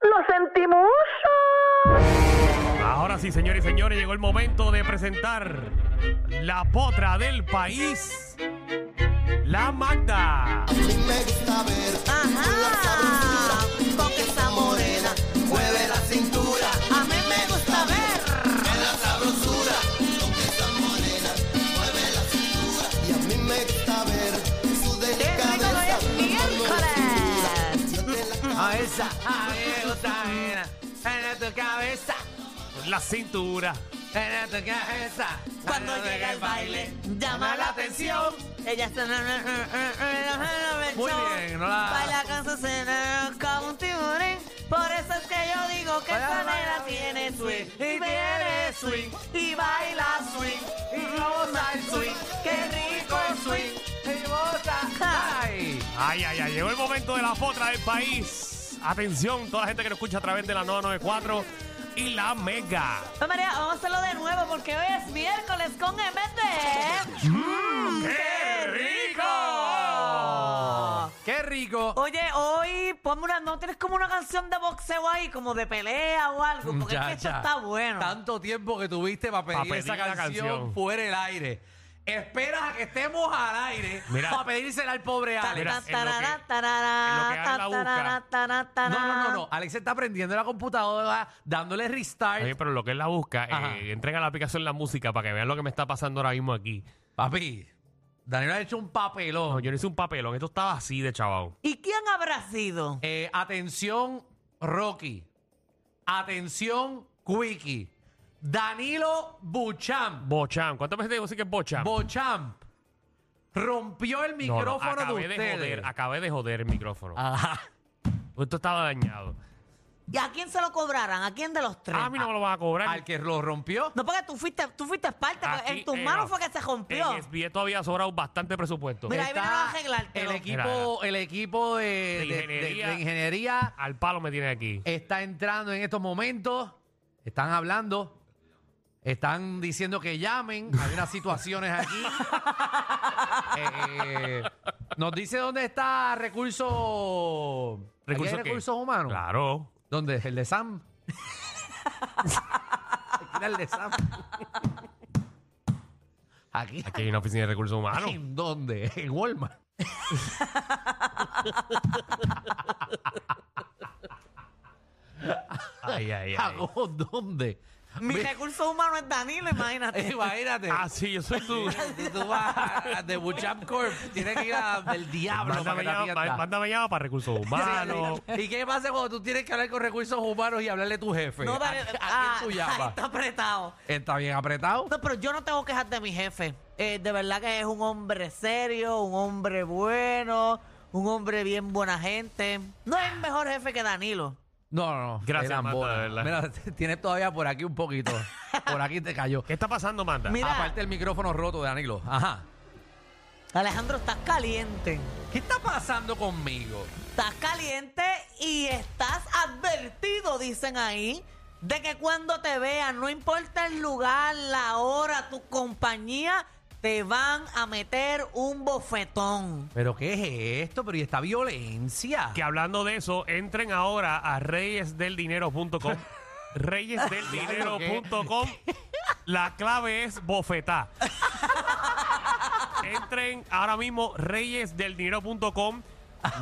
Lo sentimos. Ahora sí, señores y señores, llegó el momento de presentar la potra del país, la Magda. Ajá. Con esa morena, mueve la cintura. A mí me gusta ver. En la sabrosura. Con esa morena, mueve la cintura. Y a mí me gusta ver. Su delicadeza. A esa, a mí me gusta mira, en tu cabeza, La cintura. en tu cabeza. Cuando llega el baile, llama la atención. Ella se Muy bien, no la- Baila con su cena como un tiburón. Por eso es que yo digo que Baila, esta nena baila, baila. tiene swing. Y tiene swing. Y baila swing. Y goza el swing, Qué rico el swing. y goza. Ay. Ay, ay, ay, llegó el momento de la potra del país. Atención, toda la gente que nos escucha a través de la 994 y la Mega. Pues, María, vamos a hacerlo de nuevo porque hoy es miércoles con MT. ¡Qué rico! ¡Qué rico! Oye, hoy ponme una, no tienes como una canción de boxeo ahí, como de pelea o algo, porque es que esto Muchacha, está bueno. Tanto tiempo que tuviste para pedir, Ah. Pa' pedir esa la canción, canción. fuera el aire. Esperas a que estemos al aire Mira. para pedírsela al pobre Dale, Alex. Mira, ta, en lo que- tarara, en lo que tarara, Alex la ta, busca. tarara, tarara, No, tarara. no, no, no. Alex está prendiendo la computadora, dándole restart. Oye, pero lo que es la busca, Ajá. eh, entrega la aplicación la música para que vean lo que me está pasando ahora mismo aquí. Papi, Daniel ha hecho un papelón. No, yo no hice un papelón, esto estaba así de chabón. ¿Y quién habrá sido? Eh, atención, Rocky. Atención, Quickie. Danilo Buchamp. Bocham, ¿cuántas veces te digo así que es Bocham? Bochamp rompió el No, no, micrófono acabé de de, ustedes. joder, acabé de joder el micrófono. Ajá. Esto estaba dañado. ¿Y a quién se lo cobrarán? ¿A quién de los tres? Ah, A mí no me lo vas a cobrar. Al que lo rompió. No, porque tú fuiste, tú fuiste parte, porque Aquí, en tus eh, manos no. fue que se rompió. En SBS todavía ha sobrado bastante presupuesto. Mira, ahí Está viene a arreglártelo. el equipo, el equipo de, de- de- de ingeniería. ingeniería. Al palo me tiene aquí. está entrando en estos momentos. Están hablando. Están diciendo que llamen. Hay unas situaciones aquí. Eh, nos dice dónde está recursos. ¿Aquí hay qué? recursos humanos. Claro. ¿Dónde? El de Sam. Aquí era el de Sam. Aquí. Aquí hay una oficina de recursos humanos. ¿En dónde? En Walmart. Ay, ay, ay. ¿Hago dónde? Mi Mira, recurso humano es Danilo, imagínate. Imagínate. Ah, sí, yo soy tú. Si tú vas de Buchamp Corp, tienes que ir a del diablo para mándame, que llama, te atienda. mándame llama para recursos humanos. Sí, ¿Y qué pasa cuando tú tienes que hablar con recursos humanos y hablarle a tu jefe? no, ¿A- Danilo, ¿A, ah, quién tú ahí llamas? está apretado. Está bien apretado. No, pero yo no tengo quejas de mi jefe. Eh, de verdad que es un hombre serio, un hombre bueno, un hombre bien buena gente. No es mejor jefe que Danilo. No, no, no. Gracias, eran Marta, bolas. de verdad. Mira, tienes todavía por aquí un poquito. Por aquí te cayó. ¿Qué está pasando, Manda? Mira. Aparte el micrófono roto de Danilo. Ajá. Alejandro, estás caliente. ¿Qué está pasando conmigo? Estás caliente y estás advertido, dicen ahí, de que cuando te vean, no importa el lugar, la hora, tu compañía, te van a meter un bofetón. ¿Pero qué es esto? Pero y esta violencia. Que hablando de eso, entren ahora a reyesdeldinero.com. reyesdeldinero.com. La clave es bofetá. Entren ahora mismo reyesdeldinero.com.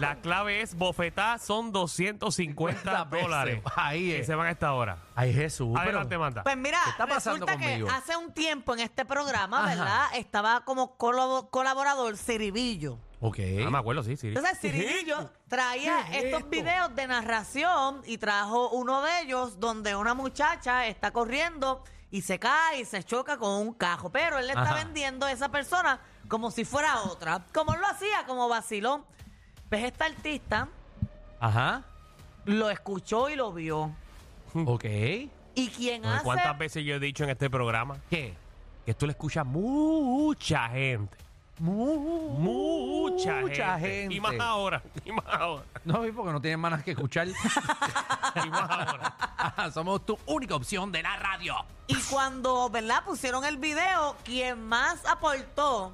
La clave es bofetá. Son 250 Cuántas veces. dólares. Ahí Que es. se van a esta hora. Ay, Jesús. pero- Adelante, manda. Pues mira, ¿Qué está pasando resulta que conmigo? hace un tiempo en este programa, Ajá. ¿verdad? Estaba como colabo- colaborador Ciribillo. Ok. Ah, me acuerdo, sí, sí. Entonces Ciribillo traía ¿Qué es estos esto? videos de narración y trajo uno de ellos donde una muchacha está corriendo y se cae y se choca con un cajo, pero él le está Ajá. vendiendo a esa persona como si fuera otra, como él lo hacía como vacilón. Pues esta artista Ajá. lo escuchó y lo vio. Hm. Ok. Y quien No sé hace. ¿Cuántas veces yo he dicho en este programa ¿Qué? que esto lo escucha mucha gente? Mucha, gente. Y más ahora. Y más ahora. No, vi porque no tienen manas que escuchar. Y más ahora. Somos tu única opción de la radio. Y cuando, ¿verdad? Pusieron el video, quien más aportó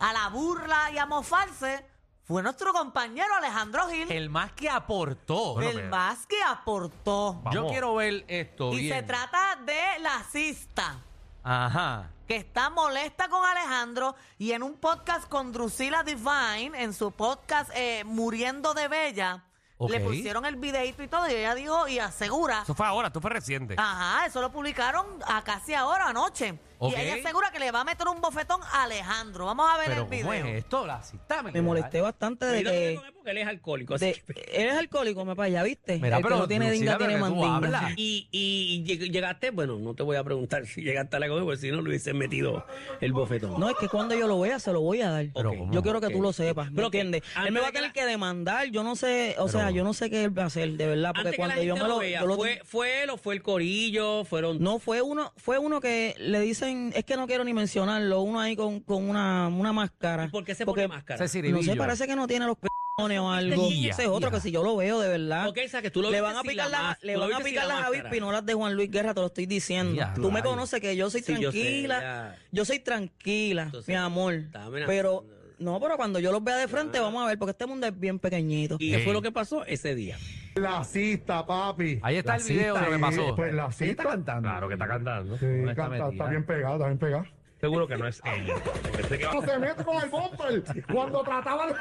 a la burla y a mofarse fue nuestro compañero Alejandro Gil, el, El más que aportó. Bueno, pero- más que aportó. Va- Yo vamos. quiero ver esto Y bien. se trata de la cista, Ajá. que está molesta con Alejandro y en un podcast con Drusila Divine, en su podcast eh, Muriendo de Bella, Ok. le pusieron el videito y todo, y ella dijo y asegura Eso fue ahora, esto fue reciente. Ajá, eso lo publicaron a casi ahora anoche. Ok. Y ella asegura que le va a meter un bofetón a Alejandro. Vamos a ver Pero el ¿cómo es video. esto? La cita, Me molesté bastante de Pero que. no es porque él es alcohólico. así Eh, de- que- él es alcohólico, me ya ¿viste? Mira, El que pero, no tiene Lucila, dinga, pero tiene que tú mandinga. hablas. Y, y lleg- llegaste, bueno, no te voy a preguntar si llegaste a la comida, porque si no le hubiesen metido el bofetón. No, es que cuando yo lo vea, se lo voy a dar. Pero Ok, ¿cómo? Yo quiero que tú ok. lo sepas, ¿me Pero que entiendes? antes Él me va de a que tener la- que demandar, yo no sé, o sea, yo no sé qué él va a hacer, de verdad, porque Antes que la cuando yo gente me lo... vea, yo lo- fue, fue él o fue el corillo, fueron... No, fue uno, fue uno que le dicen, es que no quiero ni mencionarlo, uno ahí con, con una, una máscara. ¿Y por qué se Porque- pone máscara? Ese No sé, ciribillo. parece que no tiene los c***ones o algo. Ya, Ese es otro ya. que si yo lo veo, de verdad. Ok, o sea, que tú lo ¿ah? le viste van a sin picar, la la- más- le tú lo van a viste sin picar la las máscara. avipinolas de Juan Luis Guerra, te lo estoy diciendo. Ya, Tú me claro. conoces que yo soy Sí, yo sé, tranquila. ya. yo soy tranquila, Entonces, mi amor. está amenazando. Pero, no, pero cuando yo los vea de frente, vamos a ver, porque este mundo es bien pequeñito. Y Ey. eso fue lo que pasó ese día. La cista, papi. Ahí está el video de lo que pasó. Pues la cista. está cantando. Claro que está cantando. Sí, Ahora está canta- está, metida. bien pegada, está bien pegada. Seguro que no es ella. Porque sé que va No se mete con el bumper cuando trataba de...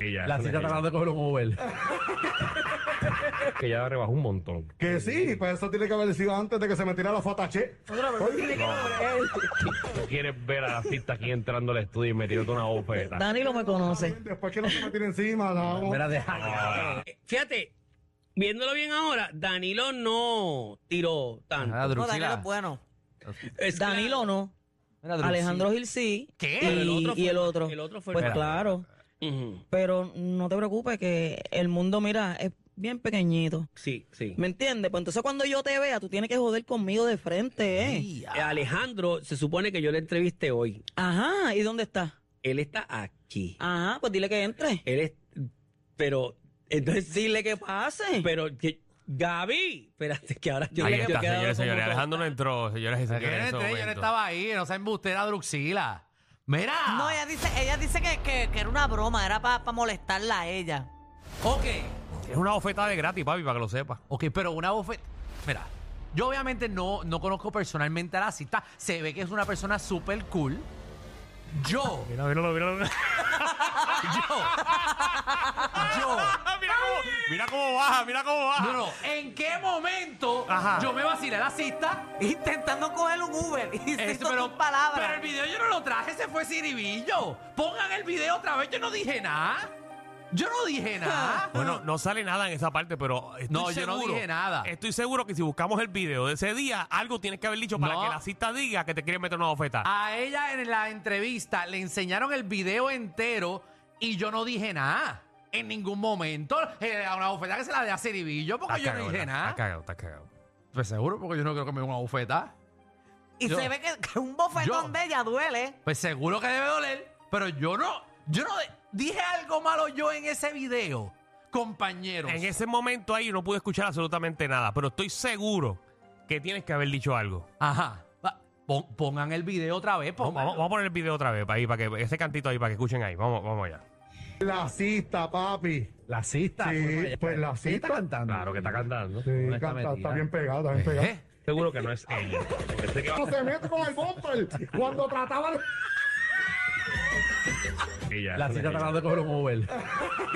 ella. La cita eso no es ella. tratando de coger un Uber. que ya rebajó un montón. Que sí, pues eso tiene que haber sido antes de que se metiera la fatache. Tú quieres ver a la cita aquí entrando al estudio y metiéndote una bofeta. Danilo me conoce. Después que no se metiera encima, la... Mira, Ah. deja. Eh, Fíjate, viéndolo bien ahora, Danilo no tiró tanto. Nada, No, Danilo Drusila. es bueno. Es que- Danilo no. Mira, Drusila. Alejandro Gil sí. ¿Qué? Y Pero el otro. fue- el otro. el otro fue el pues más- claro. Ujú, Pero no te preocupes que el mundo, mira, es bien pequeñito. Sí, sí. ¿Me entiendes? Pues entonces cuando yo te vea, tú tienes que joder conmigo de frente, ¿eh? Eh, Alejandro, se supone que yo le entrevisté hoy. Ajá, ¿y dónde está? Él está aquí. Ajá, pues dile que entre. Él es... Pero... Entonces Dile que pase. Pero que, Gaby, espérate, que ahora yo Ahí yo está, quedo señores, como señores. todo. Alejandro no entró, señores y Pero que señores. en no ese entré, yo no momento. estaba ahí, no sea embustera Druxila. Mira. No, ella dice, ella dice que, que- que era una broma, era para molestarla a ella. Ok. Es una bofeta de gratis, papi, para que lo sepa. Ok, pero una bofeta. Mira, yo obviamente no, no conozco personalmente a la cita. Se ve que es una persona súper cool. Yo, Mira, mira, mira. Mira, yo, yo. mira, cómo, mira cómo baja, mira cómo baja. No, no, ¿en qué momento Ajá. yo me vacilé a la cita? Intentando coger un Uber y Eso, sin palabras. pero el video yo no lo traje, ese fue Ciribillo. Pongan el video otra vez, yo no dije nada. Yo no dije nada. Bueno, no sale nada en esa parte, pero estoy No, yo no seguro, dije nada. Estoy seguro que si buscamos el video de ese día, algo tienes que haber dicho para No. Ah, que la cita diga que te quieren meter una bofeta. A ella en la entrevista le enseñaron el video entero y yo no dije nada. En ningún momento. Eh, a una bofetada que se la dé a Ciribillo porque yo no dije Estás nada. cagado, estás cagado. Pues seguro, porque yo no creo que me dé una bofetada. y yo- se ve que, que un bofetón yo- de ella duele. Pues seguro que debe doler, pero yo no, yo no de- dije algo malo yo en ese video, compañeros. En ese momento ahí no pude escuchar absolutamente nada, pero estoy seguro que tienes que haber dicho algo. Ajá. Va, pon- pongan el video otra vez, Vamos, pónganlo. vamos- vamos a poner el video otra vez, para, ahí, para que ese cantito ahí, para que escuchen ahí. Vamos, vamos allá. La cista, papi. La cita. Sí, pues la Sí, cista. está cantando. Claro que está cantando. Sí, Está canta- metida. ¿Eh? está bien pegada, está bien pegada. Seguro que no es ella. Porque sé que va No se mete con el bumper cuando trataba de... ella. La cita tratando de coger un Uber.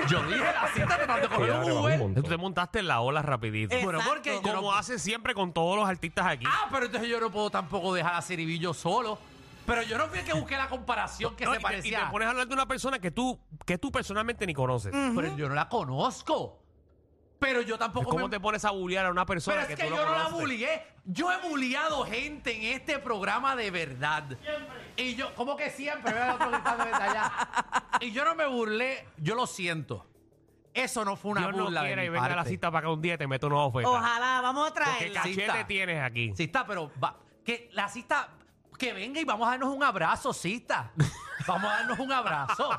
Yo dije la cita tratando de coger un Uber. Tú te montaste en la ola rapidito. Eh, Bueno, Exacto. porque yo como no- hace siempre con todos los artistas aquí. Ah, pero entonces yo no puedo tampoco dejar a Ciribillo solo. Pero yo no fui el que busqué la comparación que No, se y, te, y parecía. Mm, te pones a hablar de una persona que tú, que tú personalmente ni conoces. Pero yo no la conozco. Pero yo tampoco ¿Cómo me- te pones a bullear a una Pero persona es que, que, tú yo no no la conoces? bullié. Yo he bulliado gente en este programa de verdad. Y yo, ¿cómo que siempre? Mira el otro gritando desde allá. Y yo no me burlé, yo lo siento. Eso no fue una Dios no burla de quiera mi y venga a la parte. cita para acá un día y te meto una oferta. Ojalá, vamos a Porque traerla. ca- cachete Cita. tienes aquí. Cista, pero va- que la cista, que venga y vamos a darnos un abrazo, cista. Vamos a darnos un abrazo.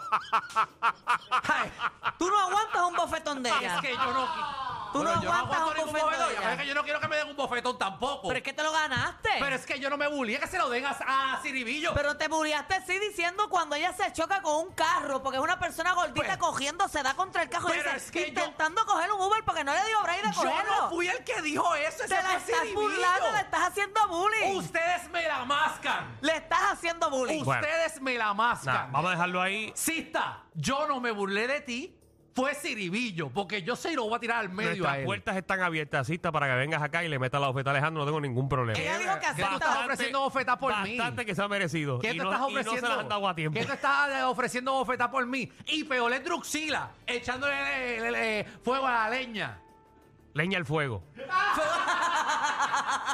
Ay, Tú no aguantas un bofetón de ella. es que yo no. Tú Pero no yo aguantas aguanto un ningún bofetón de bofetón. ella. Es que yo no quiero que me den un bofetón tampoco. Pero es que te lo ganaste. Pero es que yo no me bulí, que se lo den a, a Ciribillo. Pero te muriaste sí diciendo cuando ella se choca con un carro, porque es una persona gordita Pues- cogiendo, se da contra el carro y Pero dice, es que yo- intentando coger un Uber porque no le dio break de yo cogerlo. no fui el que dijo eso. te Ese la fue estás Ciribillo. burlando, le estás haciendo bullying. Ustedes me la mascan. Le estás haciendo bullying. Bueno. Ustedes me la Nah, mascan. vamos a dejarlo ahí. Cista, yo no me burlé de ti. Fue Ciribillo, porque yo se lo voy a tirar al medio a Nuestras él. puertas están abiertas, cita, para que vengas acá y le metas la oferta. Alejandro, no tengo ningún problema. Ella dijo que ¿Qué tú acepta. estás ofreciendo bofetas por mí? Bastante que se ha merecido. ¿Qué y te no, estás y no ofreciendo? se las han dado a tiempo. ¿Qué te estás eh, ofreciendo bofetas por mí? Y peor es Druxila, echándole eh, le- le- fuego a la leña. Leña al fuego.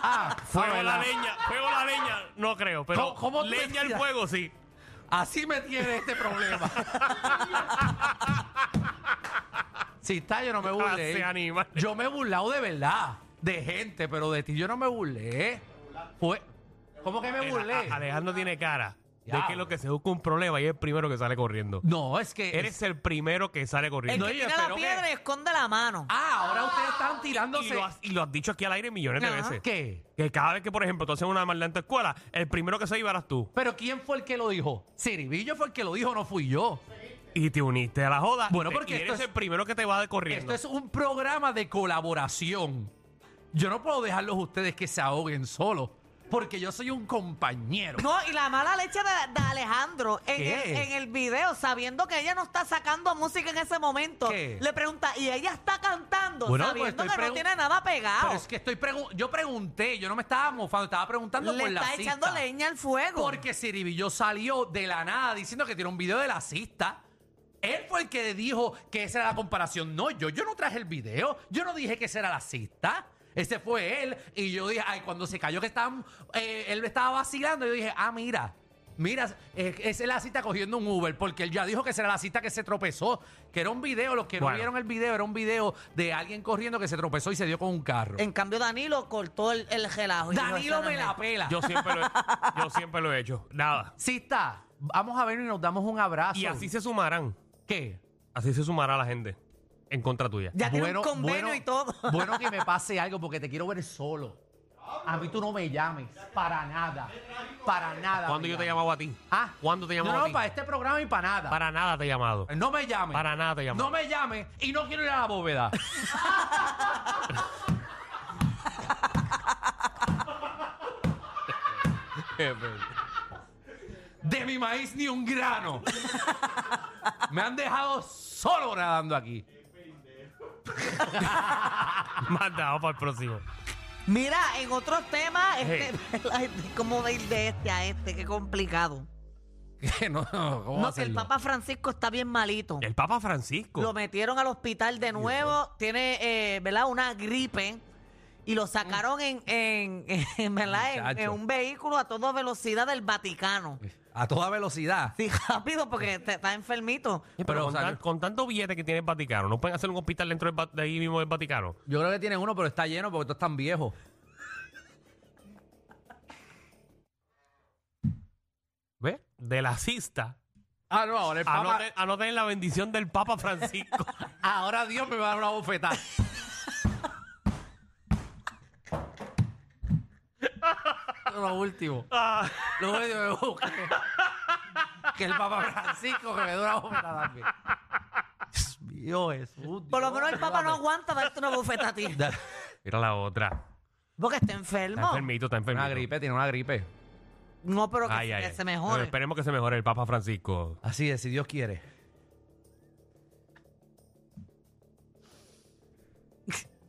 Ah, Fuego a la ¿verdad? leña. Fuego a la leña. No creo, pero ¿Cómo- cómo tú leña al decías? fuego, sí. Así me tiene este problema. si está, yo no me burlé. Clase animal. Yo me he burlado de verdad, de gente, pero de ti yo no me burlé. Fue- ¿Cómo que me burlé? A- Alejandro tiene cara de Ya. que lo que se busca un problema y es el primero que sale corriendo. No, es que... Eres el primero que sale El corriendo. No, que yo tiene la espero que- piedra y esconde la mano. Ah, ahora ustedes están y, tirándose... Ah, lo has, y lo has dicho aquí al aire millones de Ajá. veces. ¿Qué? Que cada vez que, por ejemplo, tú haces una maldad en tu escuela, el primero que se iba eras tú. Pero ¿quién fue el que lo dijo? Ciribillo fue el que lo dijo, no fui yo. Y te uniste a la joda. Bueno, y te- porque y esto eres es- el primero que te va de corriendo. Esto es un programa de colaboración. Yo no puedo dejarlos a ustedes que se ahoguen solos, porque yo soy un compañero. No, y la mala leche de, de Alejandro en ¿Qué? el, en el video, sabiendo que ella no está sacando música en ese momento, ¿Qué? le pregunta, y ella está cantando, Bueno, pues sabiendo estoy que no pregun- tiene nada pegado. Pero es que estoy pregun- yo pregunté, yo no me estaba mofando, estaba preguntando le por la está cista. echando leña al fuego. Porque Ciribillo salió de la nada diciendo que tiene un video de la cista. Él fue el que dijo que esa era la comparación. No, yo, yo no traje el video. Yo no dije que esa era la cista. Ese fue él. Y yo dije, ay, cuando se cayó que estaban, eh, él me estaba vacilando, yo dije, ah, mira. Mira, eh, esa es la cita cogiendo un Uber, porque él ya dijo que esa era la cita que se tropezó, que era un video, los que Bueno. no vieron el video, era un video de alguien corriendo que se tropezó y se dio con un carro. En cambio, Danilo cortó el, el relajo. y dijo, Danilo "Eso no me es la nada". pela. Yo siempre, lo he, yo siempre lo he hecho. Nada. Cita, vamos a ver y nos damos un abrazo. Y así se sumarán. ¿Qué? Así se sumará la gente en contra tuya. Ya tiene un convenio y todo. bueno que me pase algo porque te quiero ver solo. A mí tú no me llames. Para nada. Para nada. ¿Cuándo me yo te he llamas. llamado a ti? Ah, ¿Cuándo te he no, llamado no, a ti? para este programa y para nada. Para nada te he llamado. Pues No me llames. Para nada te he llamado. No me llames y no quiero ir a la bóveda. De mi maíz ni un grano. me han dejado solo nadando aquí. Más dado para el próximo. Mira, en otros temas, este, Hey. la gente, ¿cómo va a ir de este a este? Qué complicado. Que no, no, ¿cómo No, que el hacerlo? Papa Francisco está bien malito. El Papa Francisco. Lo metieron al hospital de nuevo. Tiene, eh, ¿verdad? Una gripe. Y lo sacaron en, en, en, ¿verdad? En, Muchacho. en un vehículo a toda velocidad del Vaticano. Este. A toda velocidad. Sí, rápido, porque te- está enfermito. Sí, pero Pero, con, o sea, tan- yo- con tanto billete que tiene el Vaticano, ¿no pueden hacer un hospital dentro del va- de ahí mismo del Vaticano? Yo creo que tiene uno, pero está lleno porque todos están viejos. ¿Ves? De la cista. Ah, no, ahora el Papa- Anoten, anoten la bendición del Papa Francisco. Ahora Dios me va a dar una bofetada. lo último. Ah, Lo último que busque. Que el Papa Francisco que me dé una bofetada también. Dios mío, Jesús. Por lo Dios, menos el Papa no ayúdame. aguanta darte una bofeta a ti. Mira la otra. Porque está Está enfermo. enfermito, está enfermito. Una gripe, tiene una gripe. No, pero que, Ay, ay, que ay. se Pero mejore. esperemos que se mejore el Papa Francisco. Así es, si Dios quiere.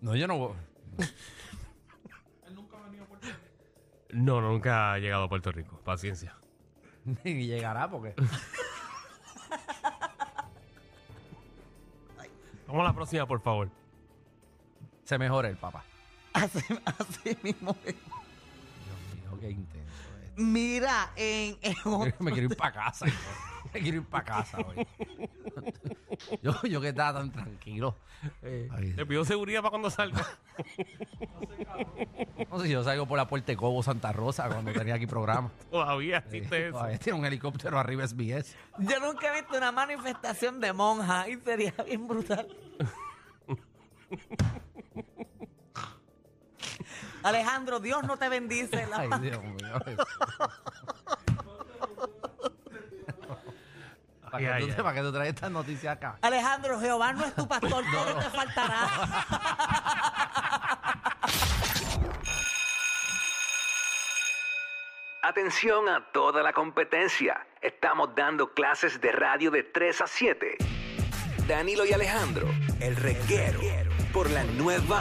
No, yo no. No, nunca ha llegado a Puerto Rico. Paciencia. Ni llegará porque. Vamos a la próxima, por favor. Se mejora el papá. Así, así mismo. es. Dios mío, qué intenso. eh. Mira, en, en otro- Me quiero ir para casa. me quiero ir para casa hoy. yo, yo que estaba tan tranquilo. Eh, Le pido seguridad para cuando salga. no sé si yo salgo por la puerta de Cobo Santa Rosa cuando tenía aquí programa. Todavía Sí, existe eso. todavía tiene un helicóptero arriba SBS. Yo nunca he visto una manifestación de monjas y sería bien brutal. Alejandro, Dios no te bendice. La- Ay, Dios mío. ¿Para, Ay, qué ay, tú, ay. para qué tú traes estas noticias acá? Alejandro, Jehová no es tu pastor, todo te faltará. Atención a toda la competencia. Estamos dando clases de radio de 3 a 7. Danilo y Alejandro, el reguero, por la nueva...